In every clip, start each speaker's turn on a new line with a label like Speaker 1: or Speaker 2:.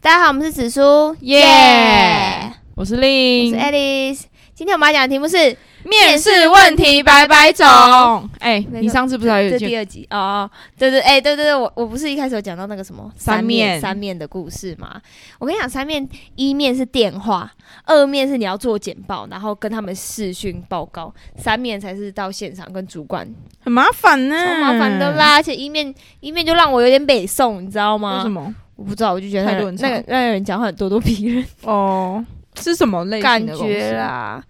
Speaker 1: 大家好，我们是紫苏，
Speaker 2: 耶我是
Speaker 1: 我
Speaker 2: 令
Speaker 1: 是 Alice。今天我们要讲的题目是
Speaker 2: 面试问题百百种。哎、
Speaker 1: 没错
Speaker 2: 你上次不是还有
Speaker 1: 这
Speaker 2: 一
Speaker 1: 第
Speaker 2: 件
Speaker 1: 二集哦，对对，哎、对对对，我我不是一开始有讲到那个什么
Speaker 2: 三面
Speaker 1: 三面的故事吗？我跟你讲，三面一面是电话，二面是你要做简报，然后跟他们视讯报告，三面才是到现场跟主管，
Speaker 2: 很麻烦呢、
Speaker 1: 超麻烦的啦。而且一面一面就让我有点北宋，你知道
Speaker 2: 为
Speaker 1: 吗
Speaker 2: 什？么？
Speaker 1: 我不知道，我就觉得
Speaker 2: 太
Speaker 1: 那个
Speaker 2: 论
Speaker 1: 那
Speaker 2: 场
Speaker 1: 个那个人讲话很咄咄逼人，
Speaker 2: 哦，是什么类
Speaker 1: 感
Speaker 2: 型的公司
Speaker 1: 觉？啦。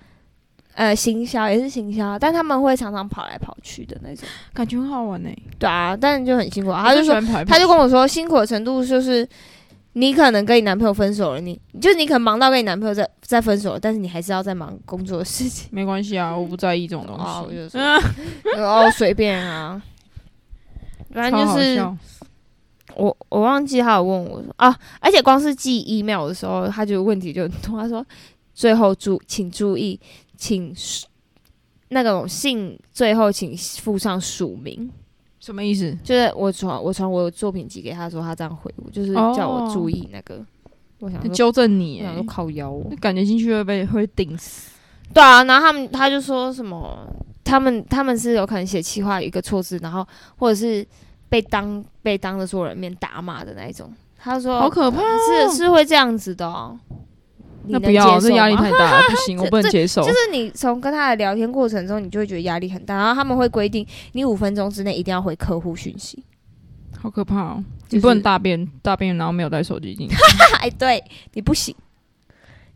Speaker 1: 呃，行销也是行销，但他们会常常跑来跑去的那种。
Speaker 2: 感觉很好玩呢、
Speaker 1: 对啊，但就很辛苦啊。
Speaker 2: 我
Speaker 1: 他就
Speaker 2: 最喜
Speaker 1: 说
Speaker 2: 欢跑来跑
Speaker 1: 他就
Speaker 2: 去。
Speaker 1: 跟我说，辛苦的程度就是，你可能跟你男朋友分手了，你就是你可能忙到跟你男朋友在在分手了，但是你还是要在忙工作的事情
Speaker 2: 没关系啊，我不在意这种东西。
Speaker 1: 哦我就说
Speaker 2: 嗯，
Speaker 1: 哦，随便啊，反正
Speaker 2: 超
Speaker 1: 就
Speaker 2: 好
Speaker 1: 是
Speaker 2: 笑
Speaker 1: 我我忘记他有问我说啊，而且光是寄 email 的时候，他就问题就很多。他说最后注请注意，请那种信最后请附上署名。
Speaker 2: 什么意思？
Speaker 1: 就是我传我传我的作品集给他说，他这样回我，就是
Speaker 2: 哦
Speaker 1: 叫我注意那个。我想
Speaker 2: 他
Speaker 1: 说
Speaker 2: 纠正你、
Speaker 1: 我想
Speaker 2: 欸
Speaker 1: 说，靠腰哦
Speaker 2: 那。感觉进去会被会顶死。
Speaker 1: 对啊，然后他们他就说什么，他们他们是有可能写企划有一个错字，然后或者是被当被当着所有人面打骂的那一种。他说
Speaker 2: 好可怕哦
Speaker 1: 是是会这样子的、哦，你
Speaker 2: 那
Speaker 1: 能
Speaker 2: 不要，
Speaker 1: 接
Speaker 2: 这
Speaker 1: 受
Speaker 2: 压力
Speaker 1: 吗
Speaker 2: 太 大了，不行，我不能接受。
Speaker 1: 就是你从跟他的聊天过程中，你就会觉得压力很大，然后他们会规定你五分钟之内一定要回客户讯息。
Speaker 2: 好可怕哦！
Speaker 1: 就是
Speaker 2: 你不能大便，大便然后没有带手机进去，
Speaker 1: 哎，对你不行，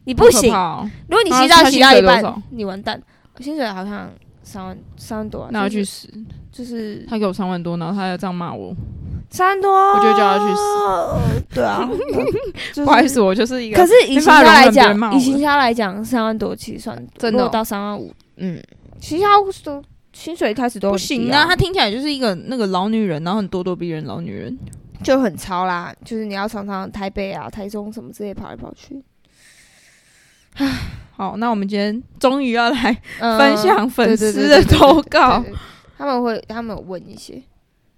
Speaker 1: 你 不行，
Speaker 2: 好可怕哦
Speaker 1: 如果你
Speaker 2: 啊
Speaker 1: 洗澡
Speaker 2: 他
Speaker 1: 洗
Speaker 2: 薪
Speaker 1: 到
Speaker 2: 水
Speaker 1: 一
Speaker 2: 多
Speaker 1: 半
Speaker 2: 少，
Speaker 1: 你完蛋。我薪水好像三万三万多、啊，
Speaker 2: 那要
Speaker 1: 就
Speaker 2: 去
Speaker 1: 是
Speaker 2: 死！
Speaker 1: 就是
Speaker 2: 他给我三万多，然后他要这样骂我，
Speaker 1: 三万多，
Speaker 2: 我就叫他去
Speaker 1: 死。对 啊，
Speaker 2: 不好意思，。我就是一个。
Speaker 1: 可是以行
Speaker 2: 没
Speaker 1: 销
Speaker 2: 办法容
Speaker 1: 来
Speaker 2: 忍别人骂
Speaker 1: 讲，
Speaker 2: 我
Speaker 1: 以行销来讲，三万多其实算多
Speaker 2: 真的哦
Speaker 1: 如果到三万五，嗯，行销都薪水一开始都
Speaker 2: 不
Speaker 1: 很
Speaker 2: 行
Speaker 1: 低
Speaker 2: 啊！
Speaker 1: 啊，
Speaker 2: 她听起来就是一个那个老女人，然后很咄咄逼人老女人。
Speaker 1: 就很超啦。就是你要常常台北啊、台中什么之类跑来跑去，
Speaker 2: 好，那我们今天终于要来
Speaker 1: 嗯
Speaker 2: 分享粉丝
Speaker 1: 对
Speaker 2: 的
Speaker 1: 对对对
Speaker 2: 投稿
Speaker 1: 对，对对他们会他们有问一些，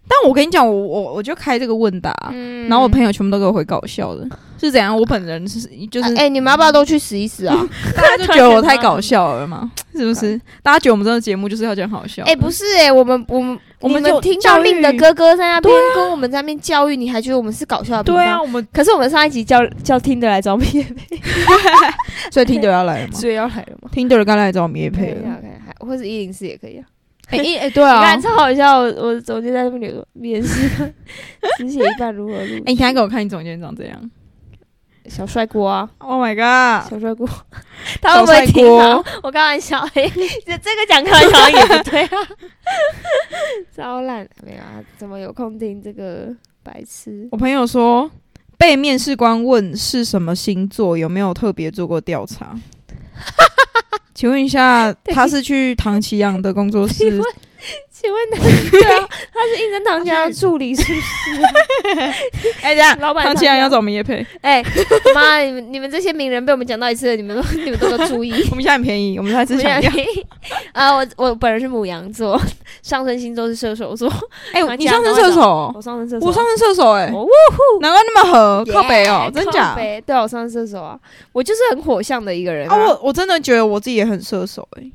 Speaker 2: 但我跟你讲，我我我就开这个问答，
Speaker 1: 嗯
Speaker 2: 然后我朋友全部都给我回搞笑的，是怎样？我本人是就是
Speaker 1: 哎，你们要不要都去死一死啊？
Speaker 2: 大家 就觉得我太搞笑了嘛， 是不是？大家觉得我们这个节目就是要讲好笑的？
Speaker 1: 哎、不是哎、我们我们
Speaker 2: 我们
Speaker 1: 你
Speaker 2: 就
Speaker 1: 听到
Speaker 2: 教育啊
Speaker 1: 令的哥哥在那边跟我们在那边教育，你还觉得我们是搞笑的频道
Speaker 2: 对啊，。我们
Speaker 1: 可是我们上一集叫叫听的来找我们叶配，
Speaker 2: 所以听友要来了嘛？
Speaker 1: 所以要来了吗？
Speaker 2: 听友刚来找我们叶
Speaker 1: 可以
Speaker 2: 配了
Speaker 1: 啊，。可以啊还或者一零四也可以啊。
Speaker 2: 哎哎哎，对
Speaker 1: 你
Speaker 2: 啊，
Speaker 1: 看超好笑，我我昨天在那边留 言面试，只写一半如何录取？
Speaker 2: 哎，你等一下给我看你总监长这样。
Speaker 1: 小帅锅啊，
Speaker 2: Oh my god！
Speaker 1: 小帅锅， 他会不会听啊？我开玩笑，哎、这这个讲开玩笑也不对啊， 超烂，没有啊？怎么有空听这个白痴？
Speaker 2: 我朋友说，被面试官问是什么星座，有没有特别做过调查？ 请问 一下，他是去唐奇阳的工作室？
Speaker 1: 请问他 对啊，他是应征唐家要助理是不是啊？
Speaker 2: 哎，等一下
Speaker 1: 老板
Speaker 2: 唐奇阳要找我们叶配，
Speaker 1: 哎 妈，你们你们这些名人被我们讲到一次了，你们都你们都要注意。
Speaker 2: 我们现在很便宜，我们现在只想要。
Speaker 1: 啊，我我本人是母羊座， 上升星座是射手座，
Speaker 2: 哎
Speaker 1: 唐，
Speaker 2: 你
Speaker 1: 奇阳
Speaker 2: 上次射手，
Speaker 1: 我上升射手啊，
Speaker 2: 我上次射手，哎，
Speaker 1: 哦
Speaker 2: 难怪那么合，
Speaker 1: Yeah，
Speaker 2: 靠北哦，真假
Speaker 1: 靠？北对啊，我上升射手啊，我就是很火象的一个人
Speaker 2: 啊，我我真的觉得我自己也很射手哎、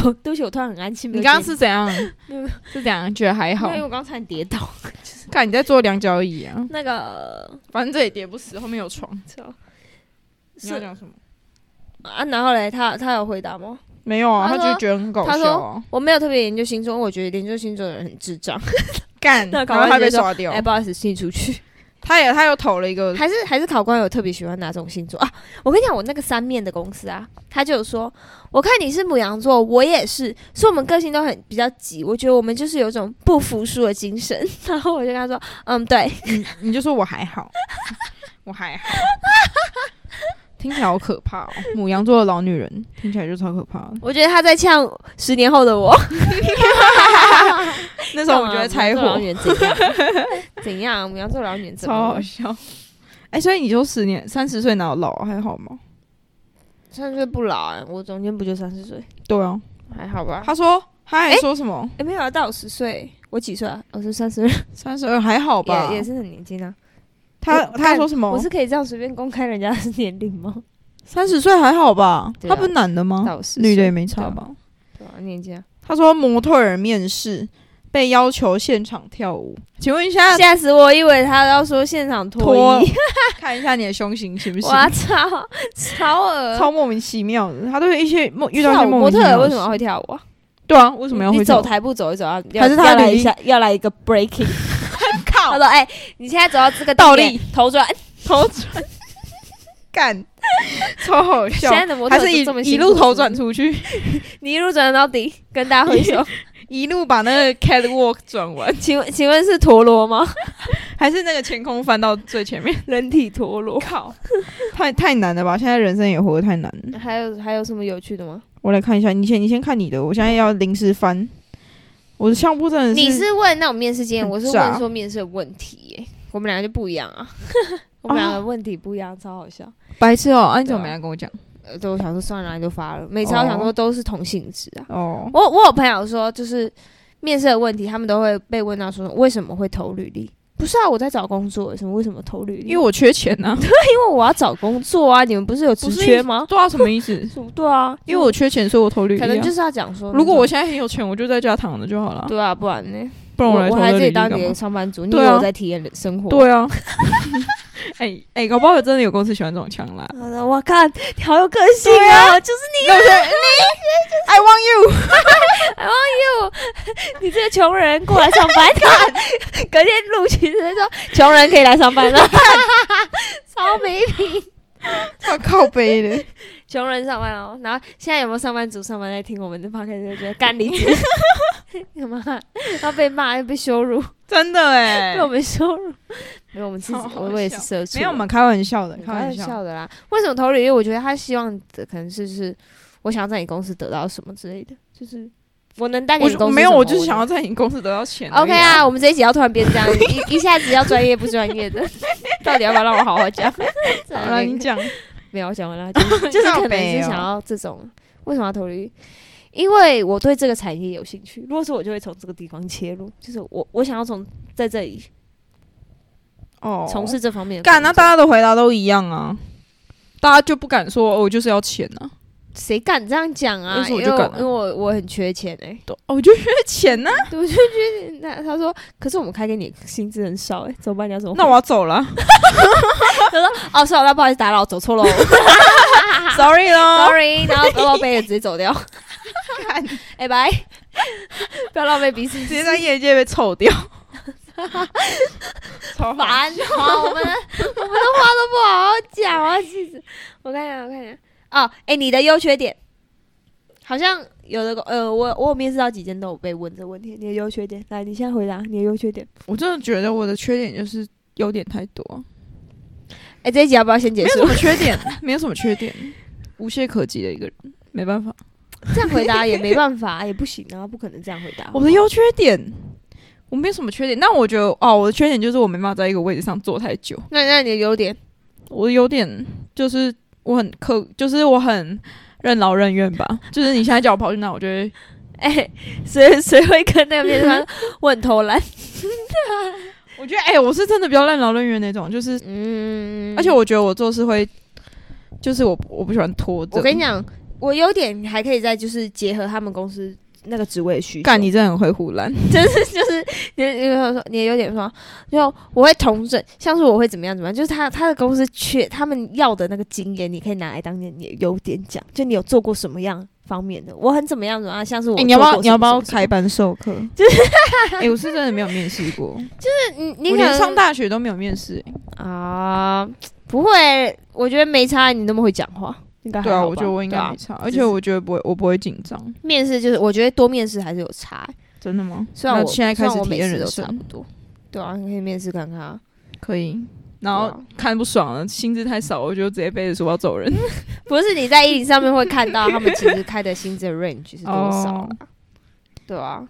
Speaker 1: 哦，对不起，我突然很安静。
Speaker 2: 你刚刚是 怎样？
Speaker 1: 没有
Speaker 2: 是怎样？觉得还好
Speaker 1: 因？为我刚才跌倒，
Speaker 2: 看你在做两脚椅啊，
Speaker 1: 那个
Speaker 2: 反正这也叠不死，后面有床。你要
Speaker 1: 是
Speaker 2: 讲什么？
Speaker 1: 啊，然后嘞，他他有回答吗？
Speaker 2: 没有啊，
Speaker 1: 他
Speaker 2: 他
Speaker 1: 说
Speaker 2: 就觉得很搞
Speaker 1: 他
Speaker 2: 笑啊，
Speaker 1: 我没有特别研究星座，因为我觉得研究星座的人很智障。
Speaker 2: 干，
Speaker 1: 那
Speaker 2: 然
Speaker 1: 搞
Speaker 2: 后他
Speaker 1: 完
Speaker 2: 被
Speaker 1: 直接说
Speaker 2: 刷掉
Speaker 1: 哎，。不好意思，请你出去。
Speaker 2: 他也他又投了一个，
Speaker 1: 还是还是考官有特别喜欢哪种星座啊？我跟你讲，我那个三面的公司啊，他就有说，我看你是母羊座，我也是，所以我们个性都很比较急。我觉得我们就是有一种不服输的精神。 然后我就跟他说，嗯，对，
Speaker 2: 你就说我还好，我还好。听起来好可怕哦，母羊座的老女人听起来就超可怕的。
Speaker 1: 我觉得他在呛十年后的 我。
Speaker 2: 那时候我觉得柴
Speaker 1: 啊母羊座老
Speaker 2: 火
Speaker 1: 女人怎样？ 怎样？母羊座老女人怎
Speaker 2: 超
Speaker 1: 么
Speaker 2: 好
Speaker 1: 了？
Speaker 2: 笑。哎、所以你就十年三十岁哪有老啊还好吗？
Speaker 1: 三十岁不老啊，我中间不就三十岁，
Speaker 2: 对啊，
Speaker 1: 还好吧？
Speaker 2: 他说他还说什么
Speaker 1: 哎、没有啊，到五十岁，我几岁啊？我是三十，
Speaker 2: 三十二还好吧？
Speaker 1: 也也是很年轻啊。
Speaker 2: 他
Speaker 1: 我
Speaker 2: 他说什么
Speaker 1: 我？是可以这样随便公开人家的年龄吗？
Speaker 2: 三十岁还好吧？
Speaker 1: 对啊
Speaker 2: 他不是男的吗？
Speaker 1: 倒是
Speaker 2: 哦女的也没差
Speaker 1: 对啊
Speaker 2: 吧？
Speaker 1: 对啊，年纪啊，
Speaker 2: 他说模特儿面试被要求现场跳舞，请问一下，
Speaker 1: 吓死我！以为他要说现场脱衣，
Speaker 2: 看一下你的胸型行不行？
Speaker 1: 我操，超恶
Speaker 2: 超莫名其妙的，他对一些莫遇到一些
Speaker 1: 跳舞
Speaker 2: 莫
Speaker 1: 模
Speaker 2: 名其
Speaker 1: 特
Speaker 2: 妙
Speaker 1: 儿
Speaker 2: 的事
Speaker 1: 为什么会跳舞啊？
Speaker 2: 对啊？为什么要
Speaker 1: 你
Speaker 2: 会
Speaker 1: 走
Speaker 2: 跳舞？
Speaker 1: 台步走一走啊？要
Speaker 2: 还是他
Speaker 1: 要来
Speaker 2: 履历
Speaker 1: 一下，要来一个 breaking。他
Speaker 2: 靠，
Speaker 1: 说：“哎、你现在走到这个
Speaker 2: 倒
Speaker 1: 地点
Speaker 2: 立
Speaker 1: 头转，
Speaker 2: 头转 干，超好 笑
Speaker 1: 现。在的模特
Speaker 2: 还
Speaker 1: 儿
Speaker 2: 是一
Speaker 1: 就这么
Speaker 2: 一
Speaker 1: 辛
Speaker 2: 路
Speaker 1: 苦
Speaker 2: 头
Speaker 1: 是不是
Speaker 2: 转出去，
Speaker 1: 你一路转到底，跟大家挥 手。
Speaker 2: 一路把那个 catwalk 转 完，
Speaker 1: 请问请问是陀螺 吗？
Speaker 2: 还是那个前空翻到最前面？
Speaker 1: 人体陀螺。
Speaker 2: 靠，太太难了吧！现在人生也活得太难了。
Speaker 1: 还有还有什么有趣的吗？
Speaker 2: 我来看一下，你先你先看你的，我现在要临时翻。我的相簿真的是，
Speaker 1: 你是问那种面试经验，
Speaker 2: 很
Speaker 1: 我是
Speaker 2: 炸
Speaker 1: 问说面试的问题耶。我们两个就不一样 啊，我们两
Speaker 2: 哦
Speaker 1: 个问题不一样，超好笑。
Speaker 2: 白痴哦、啊，你怎么
Speaker 1: 对啊
Speaker 2: 没来跟我讲？
Speaker 1: 呃，对，我想说算了，就发了。每次我想说都是同性质啊。
Speaker 2: 哦，
Speaker 1: 我我有朋友说，就是面试的问题，他们都会被问到说为什么会投履历？不是啊，我在找工作，什么为什么投履历？
Speaker 2: 因为我缺钱啊 呐、
Speaker 1: 因为我要找工作啊！你们不是有职缺吗？
Speaker 2: 对啊，什么意思？
Speaker 1: 对啊，
Speaker 2: 因为我缺钱，所以我投履历、啊。
Speaker 1: 可能就是要讲说，
Speaker 2: 如果我现在很有钱，我就在家躺着就好了，
Speaker 1: 哦对啊，不然呢？
Speaker 2: 不然
Speaker 1: 我
Speaker 2: 来投
Speaker 1: 还自
Speaker 2: 这履
Speaker 1: 己
Speaker 2: 历干
Speaker 1: 当
Speaker 2: 嘛
Speaker 1: 你？的上班族，你以
Speaker 2: 对啊
Speaker 1: 为我在体验生活？
Speaker 2: 对啊， 哎哎、搞不好真的有公司喜欢这种枪啦。
Speaker 1: 好的，我看你好有个性
Speaker 2: 对
Speaker 1: 啊！就是
Speaker 2: 那我说你，I want you，
Speaker 1: 你这个穷人过来上班，啊 隔天录取直接说穷人可以来上班了， 超没品。
Speaker 2: 超靠背的，
Speaker 1: 穷人上班哦，然后现在有没有上班族上班在听我们的 p o d 就觉得干离职，干嘛？要被骂，又被羞辱，
Speaker 2: 真的哎、
Speaker 1: 被我们羞辱。没有，我们自己
Speaker 2: 好，好
Speaker 1: 我我也是
Speaker 2: 笑
Speaker 1: 社畜，啊
Speaker 2: 没有，我们开玩笑的，
Speaker 1: 很
Speaker 2: 开
Speaker 1: 开玩
Speaker 2: 玩笑。
Speaker 1: 笑的啦。为什么投履历？我觉得他希望的可能是是，我想要在你公司得到什么之类的，就是我能带给你
Speaker 2: 我
Speaker 1: 公司
Speaker 2: 没有，
Speaker 1: 什么
Speaker 2: 我就是想要。在你公司得到钱而已。
Speaker 1: OK 啊，我们这一集要突然变这样，一一下子要专业不专 业的，到底要不要让我好好 讲？
Speaker 2: 好了，你 讲，
Speaker 1: 没有我讲完了， 就是就是可能是想要这种，为什么要投履历？因为我对这个产业有兴趣。如果说我就会从这个地方切入，就是我我想要从在这里
Speaker 2: 哦，
Speaker 1: 从事这方面的
Speaker 2: 干，那
Speaker 1: 工作
Speaker 2: 大家的回答都一样啊，大家就不敢说，哦我就是要钱 啊，
Speaker 1: 谁敢这样讲啊？
Speaker 2: 为什么我
Speaker 1: 因为
Speaker 2: 就敢啊
Speaker 1: 因为我我很缺钱哎、
Speaker 2: 都哦，我就缺钱呢、
Speaker 1: 对，我就觉得那他说，可是我们开给你的薪资很少哎、怎么办？你要怎么回？
Speaker 2: 那我要走了
Speaker 1: 哦，算了，哦那不好意思打扰，走错喽
Speaker 2: ，sorry 咯。
Speaker 1: ，sorry。然后包包背着直接走 掉，哎拜， 不要浪费彼此
Speaker 2: 直接在业界被臭掉， 超好
Speaker 1: 烦哦！我们的我们的话都不好好讲，我要气死！我看一下，我看一下。哦，哎、你的优缺点好像有的公呃，我我有面试到几间都有被问这个问题。你的优缺点，来，你现在回答你的优缺点。
Speaker 2: 我真的觉得我的缺点就是优点太多，
Speaker 1: 哎、这一集要不要先
Speaker 2: 没
Speaker 1: 结
Speaker 2: 有
Speaker 1: 束
Speaker 2: 什？么缺 点，没有什么缺点，无懈可击的一个人，没办法。
Speaker 1: 这样回答也没办法，也不行啊，不可能这样回答。
Speaker 2: 我的优缺点，我没有什么缺点，但我觉得哦，我的缺点就是我没办法在一个位置上坐太久。
Speaker 1: 那那你的优点，
Speaker 2: 我有点就是我很刻，就是我很任劳任怨吧。就是你现在叫我跑去哪，我就会
Speaker 1: 哎、谁谁会跟那个面试 官我很偷懒？
Speaker 2: 我觉得哎、我是真的比较任劳任怨那种，就是、
Speaker 1: 嗯
Speaker 2: 而且我觉得我做事会，就是我我不喜欢拖着。
Speaker 1: 我跟你讲，我优点还可以再就是结合他们公司那个职位的需求。
Speaker 2: 干，你真的很会胡乱。
Speaker 1: 就是就是你你有说你有点说，就我会同整，像是我会怎么样怎么样，就是他他的公司缺他们要的那个经验，你可以拿来当你的优点讲，就你有做过什么样方面的，我很怎么样怎么样，像是我、
Speaker 2: 哎、你要不要你要不要开？班授课？ 就是，哎、我是真的没有面试过，
Speaker 1: 你嗯你
Speaker 2: 我
Speaker 1: 可
Speaker 2: 连
Speaker 1: 能
Speaker 2: 上大学都没有面试、欸
Speaker 1: 啊、不会，我觉得没差，你那么会讲话，应该还
Speaker 2: 对啊，
Speaker 1: 好
Speaker 2: 我
Speaker 1: 吧
Speaker 2: 觉得我应
Speaker 1: 对
Speaker 2: 该
Speaker 1: 啊
Speaker 2: 没差，而且我觉得不会，我不会紧张。
Speaker 1: 面试就是我觉得多面试还是有差，
Speaker 2: 真的吗？
Speaker 1: 虽然我
Speaker 2: 那现在开
Speaker 1: 虽
Speaker 2: 始
Speaker 1: 然我
Speaker 2: 体
Speaker 1: 每
Speaker 2: 验
Speaker 1: 次
Speaker 2: 人
Speaker 1: 都差
Speaker 2: 生
Speaker 1: 不，多，对啊，你可以面试看看啊。
Speaker 2: 可以。然后
Speaker 1: 对啊
Speaker 2: 看不爽了，薪资太少，我就直接背着书包走人。
Speaker 1: 不是你在一零上面会看到他们其实开的薪资 range 是多少
Speaker 2: 哦
Speaker 1: 啦、对啊，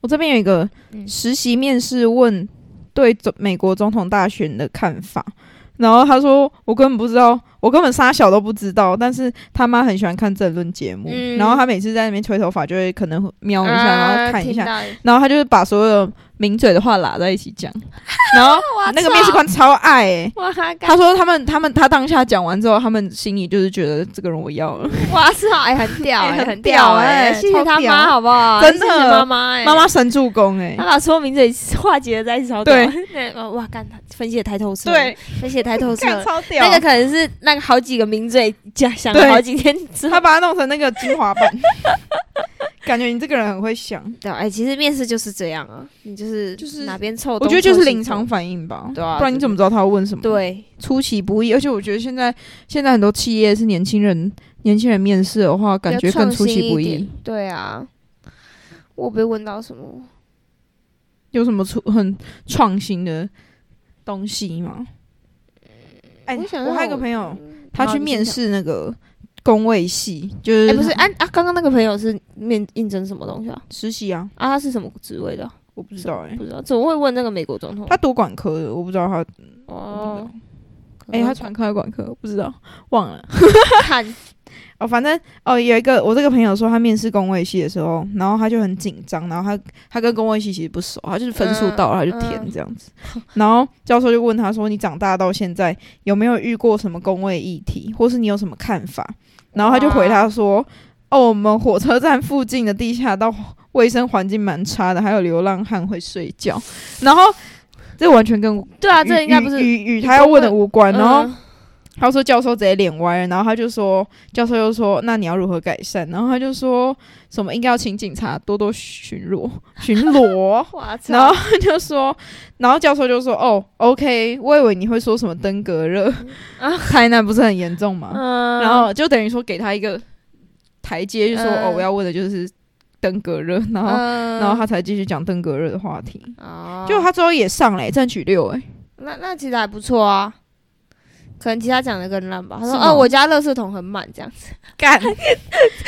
Speaker 2: 我这边有一个
Speaker 1: 嗯
Speaker 2: 实习面试问对总美国总统大选的看法，然后他说我根本不知道，我根本傻小都不知道，但是他妈很喜欢看政论节目，
Speaker 1: 嗯啊
Speaker 2: 然后他每次在那边吹头发就会可能瞄一下，然后看一下，
Speaker 1: 下，
Speaker 2: 然后他就是把所有抿嘴的话拉在一起 讲，然后那个面试官超爱、欸，
Speaker 1: 哇哈
Speaker 2: 他说他们他们他当下讲完之后，他们心里就是觉得这个人我要了，
Speaker 1: 哇操，哎，很屌，
Speaker 2: 哎
Speaker 1: 哎，
Speaker 2: 很
Speaker 1: 很
Speaker 2: 屌
Speaker 1: 屌，哎，
Speaker 2: 哎
Speaker 1: 谢
Speaker 2: 超
Speaker 1: 谢他
Speaker 2: 屌
Speaker 1: 妈，好不好？
Speaker 2: 真的
Speaker 1: 谢谢妈妈，哎，啊
Speaker 2: 妈妈神助攻哎、
Speaker 1: 他把所有名嘴化解的在一起，超屌
Speaker 2: 对，
Speaker 1: 那个哇，干，分析的太透彻，
Speaker 2: 对，，
Speaker 1: 分析的太透彻
Speaker 2: 看
Speaker 1: 了。
Speaker 2: 超屌，
Speaker 1: 那个可能是那个好几个名嘴讲想了
Speaker 2: 对
Speaker 1: 好几天之后
Speaker 2: 他，把它弄成那个精 华版，感觉你这个人很会想，
Speaker 1: 对啊，哎、其实面试就是这样啊，你就是
Speaker 2: 就是
Speaker 1: 哪边凑，
Speaker 2: 我觉得就是临
Speaker 1: 场
Speaker 2: 场反应吧，
Speaker 1: 对啊
Speaker 2: 不然你怎么知道他会问什么？，
Speaker 1: 对，
Speaker 2: 出其不意，而且我觉得现在现在很多企业是年轻人，年轻人面试的话，感觉
Speaker 1: 要创
Speaker 2: 更出
Speaker 1: 新
Speaker 2: 其
Speaker 1: 一
Speaker 2: 不
Speaker 1: 点
Speaker 2: 意。。
Speaker 1: 对啊，我被问到什么？
Speaker 2: 有什么出很创新的东西吗？哎、
Speaker 1: 我想
Speaker 2: 我
Speaker 1: 到
Speaker 2: 还有一个
Speaker 1: 我嗯
Speaker 2: 朋友，
Speaker 1: 好
Speaker 2: 他
Speaker 1: 你
Speaker 2: 去
Speaker 1: 先
Speaker 2: 面
Speaker 1: 讲
Speaker 2: 试那个工位系，就是、
Speaker 1: 哎、不是，啊啊，刚刚那个朋友是面应征什么东西啊？
Speaker 2: 实习啊，
Speaker 1: 啊，他是什么职位的啊？
Speaker 2: 我不知道哎、
Speaker 1: 不知道，怎么会问那个美国总统？
Speaker 2: 他读管科的，我不知道他，
Speaker 1: 哦，可
Speaker 2: 哎、
Speaker 1: 能
Speaker 2: 他传科还是管科？不知道，忘了。
Speaker 1: 看
Speaker 2: 哦，反正哦，有一个我这个朋友说，他面试工位系的时候，然后他就很紧张，然后他他跟工位系其实不熟，他就是分数到了、他就填
Speaker 1: 嗯
Speaker 2: 这样子。然后教授就问他说：“你长大到现在有没有遇过什么工位议题，或是你有什么看法？”然后他就回答说：“哦，我们火车站附近的地下道卫生环境蛮差的，还有流浪汉会睡觉。”然后这完全跟与
Speaker 1: 对啊，这应该不是。
Speaker 2: 与与与他要问的无关。然后
Speaker 1: 嗯。
Speaker 2: 他说教授直接脸歪了，然后他就说教授又说那你要如何改善？然后他就说什么应该要请警察多多巡逻巡逻
Speaker 1: 嗯哇操
Speaker 2: 嗯然后他就说，然后教授就说：“哦，OK，我以为你会说什么登革热，
Speaker 1: 啊
Speaker 2: 台南不是很严重吗？
Speaker 1: 嗯，
Speaker 2: 然后就等于说给他一个台阶，就说、
Speaker 1: 嗯
Speaker 2: 哦，我要问的就是登革热。然后，
Speaker 1: 嗯，
Speaker 2: 然后他才继续讲登革热的话题。
Speaker 1: 哦，
Speaker 2: 就他最后也上来、争取六、欸，
Speaker 1: 那那其实还不错啊，可能其他讲的更烂吧。他说：“
Speaker 2: 是吗
Speaker 1: 哦，我家垃圾桶很满，这样子。
Speaker 2: 干！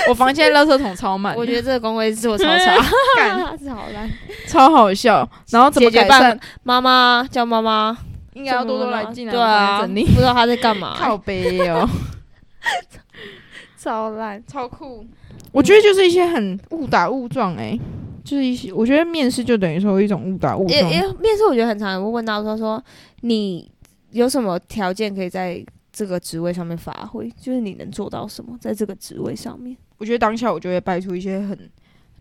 Speaker 2: 我房间垃圾桶超”满，
Speaker 1: 我觉得这个工位 是我超差，
Speaker 2: 干
Speaker 1: 是 好烂。
Speaker 2: 超好笑。然后怎么
Speaker 1: 解
Speaker 2: 改
Speaker 1: 决办
Speaker 2: 善？
Speaker 1: 妈妈叫妈妈，
Speaker 2: 应
Speaker 1: 应
Speaker 2: 该要多多来进来
Speaker 1: 对啊，
Speaker 2: 整理。
Speaker 1: 不知道他在干嘛、
Speaker 2: 靠背哦，
Speaker 1: 超烂，超酷。
Speaker 2: 我觉得就是一些很误打误撞哎、就是一些我觉得面试就等于说一种误打误
Speaker 1: 因
Speaker 2: 撞，
Speaker 1: 因为面试，我觉得很常会问到说说你有什么条件可以在这个职位上面发挥，就是你能做到什么在这个职位上面。
Speaker 2: 我觉得当下我就会掰出一些很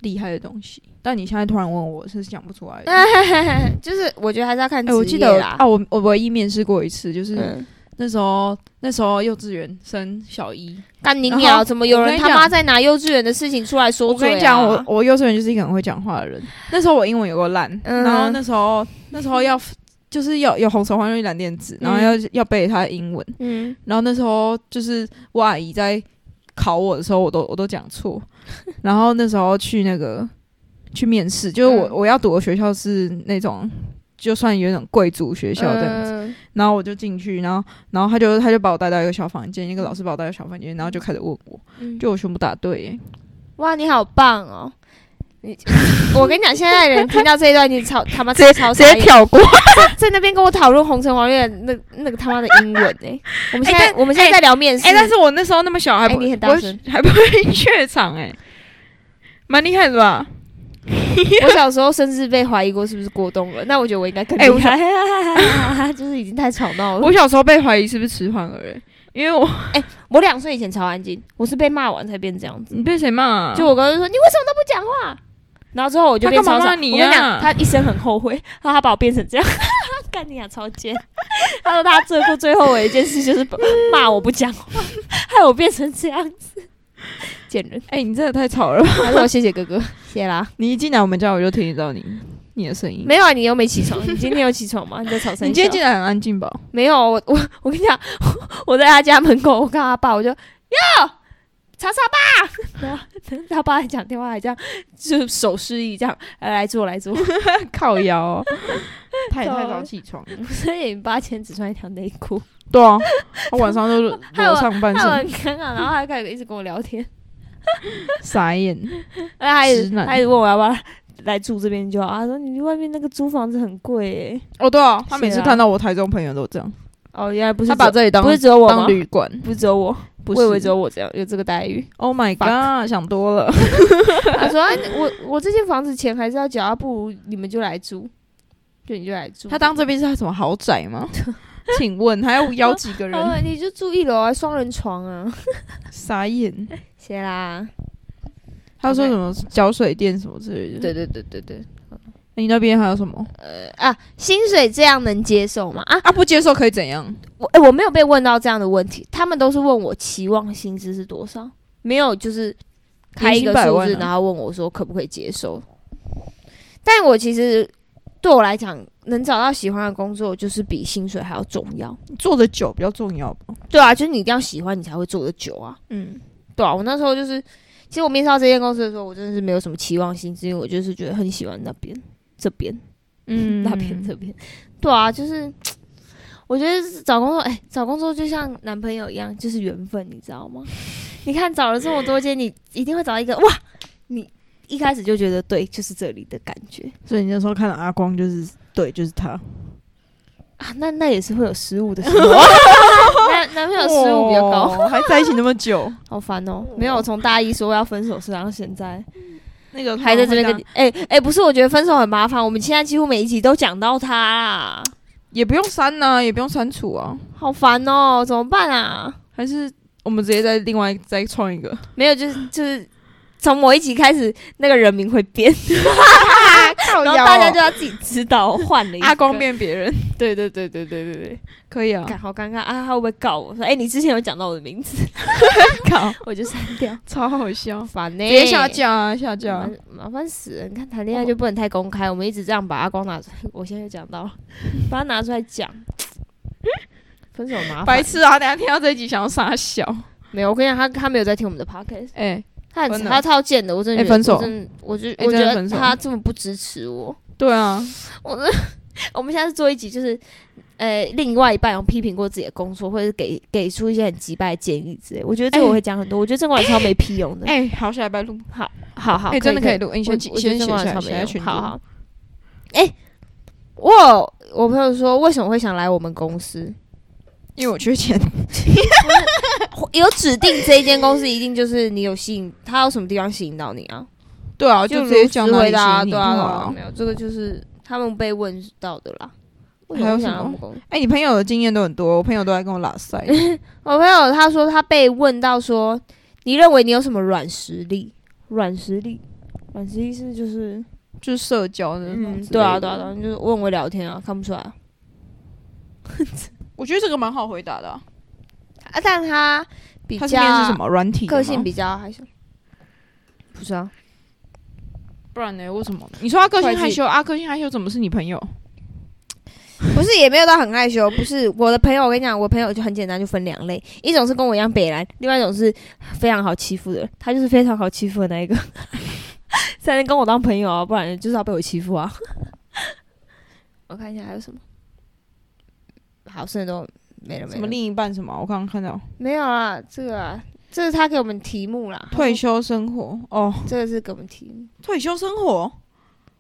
Speaker 2: 厉害的东西，但你现在突然问我是讲不出 来的。哎、
Speaker 1: 就是我觉得还是要看职业啦。
Speaker 2: 我记得哦啊，我我唯一面试过一次，就是、
Speaker 1: 嗯，
Speaker 2: 那时候那时候幼稚园升小一，
Speaker 1: 干你
Speaker 2: 然后
Speaker 1: 鸟！怎么有
Speaker 2: 哦我跟
Speaker 1: 人
Speaker 2: 你
Speaker 1: 他
Speaker 2: 讲
Speaker 1: 妈在拿幼稚园的事情出来说
Speaker 2: 我
Speaker 1: 嘴、啊？
Speaker 2: 跟你讲，我我幼稚园就是一个很会讲话的人。那时候我英文有够烂，
Speaker 1: 嗯
Speaker 2: 然后那时候那时候要就是要有红橙黄绿蓝靛紫，然后要、要背他的英文。
Speaker 1: 嗯，
Speaker 2: 然后那时候就是我阿姨在考我的时候，我都我都讲错。然后那时候去那个去面试，就是我、
Speaker 1: 嗯
Speaker 2: 我要读的学校是那种就算有点贵族学校这样子。
Speaker 1: 嗯
Speaker 2: 然后我就进去，然后然后他就他就把我带到一个小房间，一个老师把我带到小房间，然后就开始问我，
Speaker 1: 嗯
Speaker 2: 就我全部答对耶、
Speaker 1: 哇，你好棒哦！你， 我跟你讲，现在的人听到这一段，你 超他妈
Speaker 2: 直接
Speaker 1: 超
Speaker 2: 直接
Speaker 1: 傻眼
Speaker 2: 跳过。
Speaker 1: 在那边跟我讨论红橙黄绿的那那个他妈的英 文哎、我们现在、
Speaker 2: 哎但
Speaker 1: 我们现在在聊面试，
Speaker 2: 哎、但是我那时候那么小，还
Speaker 1: 哎
Speaker 2: 不、
Speaker 1: 你很大
Speaker 2: 不会
Speaker 1: 声
Speaker 2: 还不会怯场、哎，蛮厉害的吧？
Speaker 1: 我小时候甚至被怀疑过是不是过动了，那我觉得我应该更
Speaker 2: 哎我
Speaker 1: 厉害， 就是已经太吵闹了。
Speaker 2: 我小时候被怀疑是不是迟缓儿、哎，因为我
Speaker 1: 我两岁以前超安静，我是被骂完才变这样子。
Speaker 2: 你被谁骂、啊？
Speaker 1: 就我哥就说你为什么都不讲话？然后之后我就变
Speaker 2: 他
Speaker 1: 超
Speaker 2: 干嘛
Speaker 1: 吵。
Speaker 2: 骂你
Speaker 1: 我
Speaker 2: 呀
Speaker 1: 跟你讲，他一生很后悔，然后他把我变成这样， 干你啊，超贱！他说他做过最后悔的一件事就是骂我不讲话，害我变成这样子，贱人！
Speaker 2: 哎、你真的太吵了吧。
Speaker 1: 他说谢谢哥哥，谢啦。
Speaker 2: 你一进来我们家，我就听得到你你的声音。
Speaker 1: 没有啊，你又没起床，你今天有起床吗？你在吵
Speaker 2: 你
Speaker 1: 三
Speaker 2: 今
Speaker 1: 小
Speaker 2: 天？进来很安静吧？
Speaker 1: 没有，啊我我我跟你讲， 我我在他家门口，我看到他爸，我就哟，吵吵吧，然后他爸还讲电话，还这样就是手示意这样，来来坐来坐。
Speaker 2: 靠腰、哦，他也 太
Speaker 1: 走
Speaker 2: 早起床了。
Speaker 1: 所以你八千只穿一条内裤，
Speaker 2: 对啊，他晚上 都
Speaker 1: 害我
Speaker 2: 裸上半
Speaker 1: 他很
Speaker 2: 身，
Speaker 1: 尴尬，然后还开始一直跟我聊天，
Speaker 2: 傻眼。
Speaker 1: 而且他一直
Speaker 2: 直男
Speaker 1: 他一直问我要不要来住这边就好，他说你外面那个租房子很贵耶、
Speaker 2: 哦，对啊，他每
Speaker 1: 是
Speaker 2: 次
Speaker 1: 啊
Speaker 2: 看到我台中朋友都这样。
Speaker 1: 哦，原来不是
Speaker 2: 他把
Speaker 1: 只
Speaker 2: 这里当
Speaker 1: 不是只有我吗
Speaker 2: 当？旅馆，
Speaker 1: 不是只有我，
Speaker 2: 不
Speaker 1: 我以为
Speaker 2: 是
Speaker 1: 只有我这样有这个待遇。
Speaker 2: Oh my god，想多了。
Speaker 1: 他说：“哎，我我这间房子钱还是要缴，啊不如你们就来住，就你就来住。”
Speaker 2: 他当这边是他什么豪 宅吗？请问还要邀几个
Speaker 1: 他 说
Speaker 2: 人？
Speaker 1: 你就住一楼啊，双人床啊，
Speaker 2: 傻眼。
Speaker 1: 谢啦。
Speaker 2: 他说什么缴水电什么之类的。
Speaker 1: 对对对对对，
Speaker 2: 你那边还有什么？
Speaker 1: 啊，薪水这样能接受吗？啊，
Speaker 2: 啊，不接受可以怎样？
Speaker 1: 我哎、我没有被问到这样的问题，他们都是问我期望薪资是多少，没有就是开一个
Speaker 2: 100
Speaker 1: 数
Speaker 2: 万
Speaker 1: 字，
Speaker 2: 啊
Speaker 1: 然后问我说可不可以接受。但我其实对我来讲，能找到喜欢的工作就是比薪水还要重要。
Speaker 2: 做的久比较重要吧。
Speaker 1: 对啊，就是你一定要喜欢，你才会做得久啊。
Speaker 2: 嗯，
Speaker 1: 对啊，我那时候就是，其实我面试到这间公司的时候，我真的是没有什么期望薪资，因为我就是觉得很喜欢那边这边，
Speaker 2: 嗯
Speaker 1: 那边这边。对啊，就是我觉得找工作，哎、找工作就像男朋友一样，就是缘分，你知道吗？ 你看找了这么多间，你一定会找到一个哇，你一开始就觉得对，就是这里的感觉
Speaker 2: 所以你那时候看到阿光就是对，就是他。
Speaker 1: 啊。那那也是会有失误的时候，啊男 男朋友失误比较高，
Speaker 2: 哦，还在一起那么久，
Speaker 1: 好烦哦、没有，我从大一说要分手，是然后现在。
Speaker 2: 那个
Speaker 1: 还在这边跟
Speaker 2: 你
Speaker 1: 你，哎、哎、不是，我觉得分手很麻烦。我们现在几乎每一集都讲到他啦，
Speaker 2: 也不用删呐、也不用删除啊，
Speaker 1: 好烦哦、怎么办啊？
Speaker 2: 还是我们直接再另外再创一 个。
Speaker 1: 没有，就是就是从某一集开始，那个人名会 变，啊
Speaker 2: 靠
Speaker 1: 然后大家就要自己知道换了一个
Speaker 2: 阿光，变 别人，
Speaker 1: 对对对对对对对，
Speaker 2: 可以啊。
Speaker 1: 感好尴尬啊！他会不会告我说，哎、你之前有讲到我的名字，
Speaker 2: 靠，
Speaker 1: 我就删 掉，
Speaker 2: 超好 笑，
Speaker 1: 烦呢、
Speaker 2: 直接下 架啊，下架啊
Speaker 1: 麻。麻烦死了！你看谈恋爱就不能太公开，我们一直这样把阿光拿出来，我现在就讲到了， 把他拿出来讲， 分手麻烦。
Speaker 2: 白痴啊！等下听到这一集想要傻笑。
Speaker 1: 没有，我跟你讲，他他没有在听我们的 podcast，
Speaker 2: 哎、
Speaker 1: 他很
Speaker 2: 分了
Speaker 1: 他超贱的，我真的
Speaker 2: 哎
Speaker 1: 觉得
Speaker 2: 分手
Speaker 1: 我真的我就
Speaker 2: 哎
Speaker 1: 我觉
Speaker 2: 真的
Speaker 1: 得
Speaker 2: 分手
Speaker 1: 他这么不支持我，
Speaker 2: 对啊，
Speaker 1: 我真的 我们下次做一集就是，呃，另外一半有批评过自己的工作，或者是给给出一些很击败的建议之类，我觉得这个
Speaker 2: 哎
Speaker 1: 我会讲很多，我觉得郑冠超没屁用的，
Speaker 2: 哎、好，下礼拜录。
Speaker 1: 好好，
Speaker 2: 哎、真的可以录，哎你
Speaker 1: 我
Speaker 2: 先记
Speaker 1: 我觉得
Speaker 2: 先
Speaker 1: 郑
Speaker 2: 写
Speaker 1: 冠
Speaker 2: 下
Speaker 1: 超
Speaker 2: 来，
Speaker 1: 没
Speaker 2: 写在
Speaker 1: 用
Speaker 2: 群组。
Speaker 1: 好好，哎、我有我朋友说为什么会想来我们公司，
Speaker 2: 因为我缺钱。
Speaker 1: 有指定这一间公司一定就是你有吸引他有什么地方吸引到你啊？
Speaker 2: 对啊，
Speaker 1: 就
Speaker 2: 直接讲
Speaker 1: 如
Speaker 2: 哪
Speaker 1: 实回
Speaker 2: 里
Speaker 1: 答，
Speaker 2: 行
Speaker 1: 对
Speaker 2: 李
Speaker 1: 啊，对
Speaker 2: 对
Speaker 1: 啊
Speaker 2: 啊
Speaker 1: 没有这个就是他们被问到的啦。为
Speaker 2: 还有
Speaker 1: 什
Speaker 2: 什
Speaker 1: 么想要
Speaker 2: 么
Speaker 1: 木工
Speaker 2: 哎、你朋友的经验都很多，我朋友都在跟我拉 塞。
Speaker 1: 我朋友他说他被问到说，你认为你有什么软实力？软实力，软实力是就是
Speaker 2: 就是社交的那种
Speaker 1: 嗯，
Speaker 2: 之类的。
Speaker 1: 对啊，对啊，对啊，就是问我聊天啊，看不出来啊。
Speaker 2: 我觉得这个蛮好回答的、啊。
Speaker 1: 啊但他比
Speaker 2: 他是面试什
Speaker 1: 较
Speaker 2: 么软体的吗？
Speaker 1: 个性比较还是不是啊？
Speaker 2: 不然呢？为什么？你说他个性
Speaker 1: 会计
Speaker 2: 害羞啊？个性害羞怎么是你朋友？
Speaker 1: 不是，也没有到很害羞。不是我的朋友，我跟你讲，我朋友就很简单，就分两类，一种是跟我一样北蓝，另外一种是非常好欺负的人。他就是非常好欺负的那一个， 才能跟我当朋友啊，不然就是要被我欺负啊。 我看一下还有什么，好，剩的都没了没
Speaker 2: 什么
Speaker 1: 了，
Speaker 2: 另一半什么？我刚刚看到
Speaker 1: 没有啦，这个啊，这是他给我们题目啦，
Speaker 2: 退休生活哦，
Speaker 1: 这个是给我们题目，
Speaker 2: 退休生活。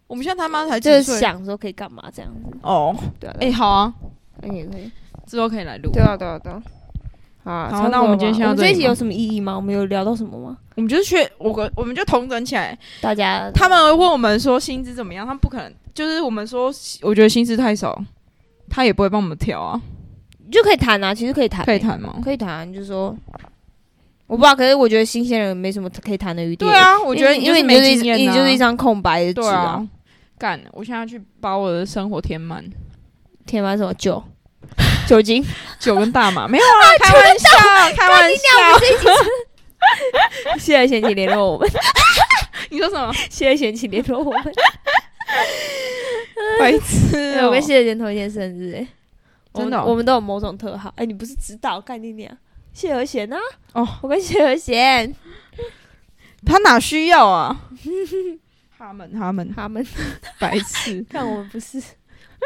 Speaker 2: 我们现在他妈才几
Speaker 1: 就是
Speaker 2: 岁？
Speaker 1: 想说可以干嘛这样子，
Speaker 2: 哦，
Speaker 1: 对啊，
Speaker 2: 哎、好啊，
Speaker 1: 那你也可以。
Speaker 2: 之后可以来录。
Speaker 1: 对啊，对啊，对啊。好啊，
Speaker 2: 好
Speaker 1: 差不多
Speaker 2: 那我们今天
Speaker 1: 了吧
Speaker 2: 先到
Speaker 1: 我们
Speaker 2: 这
Speaker 1: 这
Speaker 2: 里
Speaker 1: 一集
Speaker 2: 吗
Speaker 1: 有什么意义吗？我们有聊到什么吗？
Speaker 2: 我们就是缺我们我们就统整起来，
Speaker 1: 大家
Speaker 2: 他们问我们说薪资怎么样，他们不可能，就是我们说，我觉得薪资太少，他也不会帮我们调啊，
Speaker 1: 你就可以谈啊，其实可以谈、
Speaker 2: 可以，谈吗？
Speaker 1: 可以谈啊、你就说，我不知道，可是我觉得新鲜人没什么可以谈的余地。
Speaker 2: 对，啊，我觉得
Speaker 1: 因为你就
Speaker 2: 你
Speaker 1: 是
Speaker 2: 没
Speaker 1: 一
Speaker 2: 经验、啊
Speaker 1: 你就是一张空白的纸
Speaker 2: 对啊，干，我现在要去把我的生活填满，
Speaker 1: 填满什么酒、 酒精，
Speaker 2: 酒跟 大麻没有啊，开玩笑，开玩
Speaker 1: 啊
Speaker 2: 笑，
Speaker 1: 谢谢贤请联络我们，
Speaker 2: 你说什么？
Speaker 1: 谢谢贤请联络我们。
Speaker 2: 白痴
Speaker 1: 对，
Speaker 2: 哦、
Speaker 1: 我跟谢谢贤同一天生日、哎，
Speaker 2: 真的哦
Speaker 1: 我们我们都有某种特好。哎、你不是知道干你娘？谢和弦啊！
Speaker 2: 哦，
Speaker 1: 我跟谢和弦
Speaker 2: 他哪需 要啊？他们他们
Speaker 1: 他 们，
Speaker 2: 白痴，
Speaker 1: 看 我们不是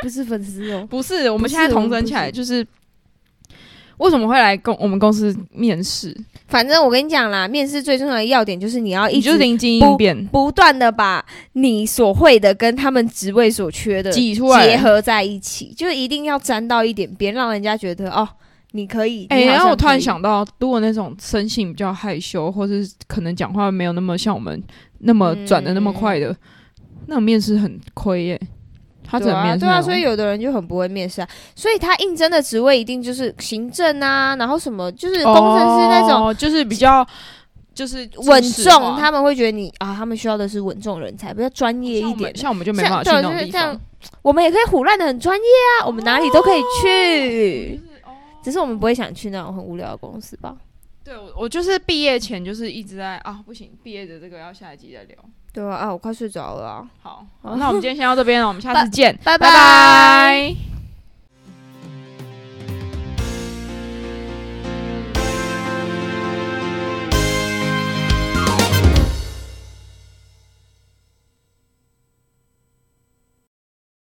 Speaker 1: 不是粉丝哦、
Speaker 2: 不是，我们
Speaker 1: 不是
Speaker 2: 现在统整起
Speaker 1: 我们
Speaker 2: 来
Speaker 1: 不
Speaker 2: 就是。为什么会来公我们公司面试？
Speaker 1: 反正我跟你讲啦，面试最重要的要点就是你要一
Speaker 2: 你就
Speaker 1: 直
Speaker 2: 是灵机应变，
Speaker 1: 不断的把你所会的跟他们职位所缺的
Speaker 2: 挤出来。
Speaker 1: 结合在一起，就一定要沾到一点边，让人家觉得哦，你可以。
Speaker 2: 哎、
Speaker 1: 你好
Speaker 2: 然
Speaker 1: 像
Speaker 2: 后我突
Speaker 1: 可
Speaker 2: 然
Speaker 1: 以，
Speaker 2: 想到，如果那种生性比较害羞，或是可能讲话没有那么像我们那么转的那么
Speaker 1: 嗯
Speaker 2: 快的，那种面试很亏耶、他怎
Speaker 1: 对
Speaker 2: 么面
Speaker 1: 啊，
Speaker 2: 试
Speaker 1: 对
Speaker 2: 那
Speaker 1: 啊，
Speaker 2: 种
Speaker 1: 所以有的人就很不会面试啊，所以他应征的职位一定就是行政啊，然后什么就是工程师那种。
Speaker 2: 哦就是比较就是知识化
Speaker 1: 稳重，他们会觉得你啊，他们需要的是稳重人才，比较专业
Speaker 2: 像
Speaker 1: 一
Speaker 2: 我们
Speaker 1: 点。
Speaker 2: 像我们就没
Speaker 1: 像
Speaker 2: 办法去
Speaker 1: 对
Speaker 2: 那种
Speaker 1: 就是
Speaker 2: 地
Speaker 1: 这
Speaker 2: 方
Speaker 1: 样。我们也可以胡乱的很专业啊，我们哪里都可以去，
Speaker 2: 哦
Speaker 1: 只是我们不会想去那种很无聊的公司吧？
Speaker 2: 对，我我就是毕业前就是一直在啊，不行，毕业的这个要下一集再聊。
Speaker 1: 对啊，啊，我快睡着了啊、
Speaker 2: 好，好那我们今天先到这边了，我们下次见，
Speaker 1: 拜
Speaker 2: 拜
Speaker 1: 拜
Speaker 2: 拜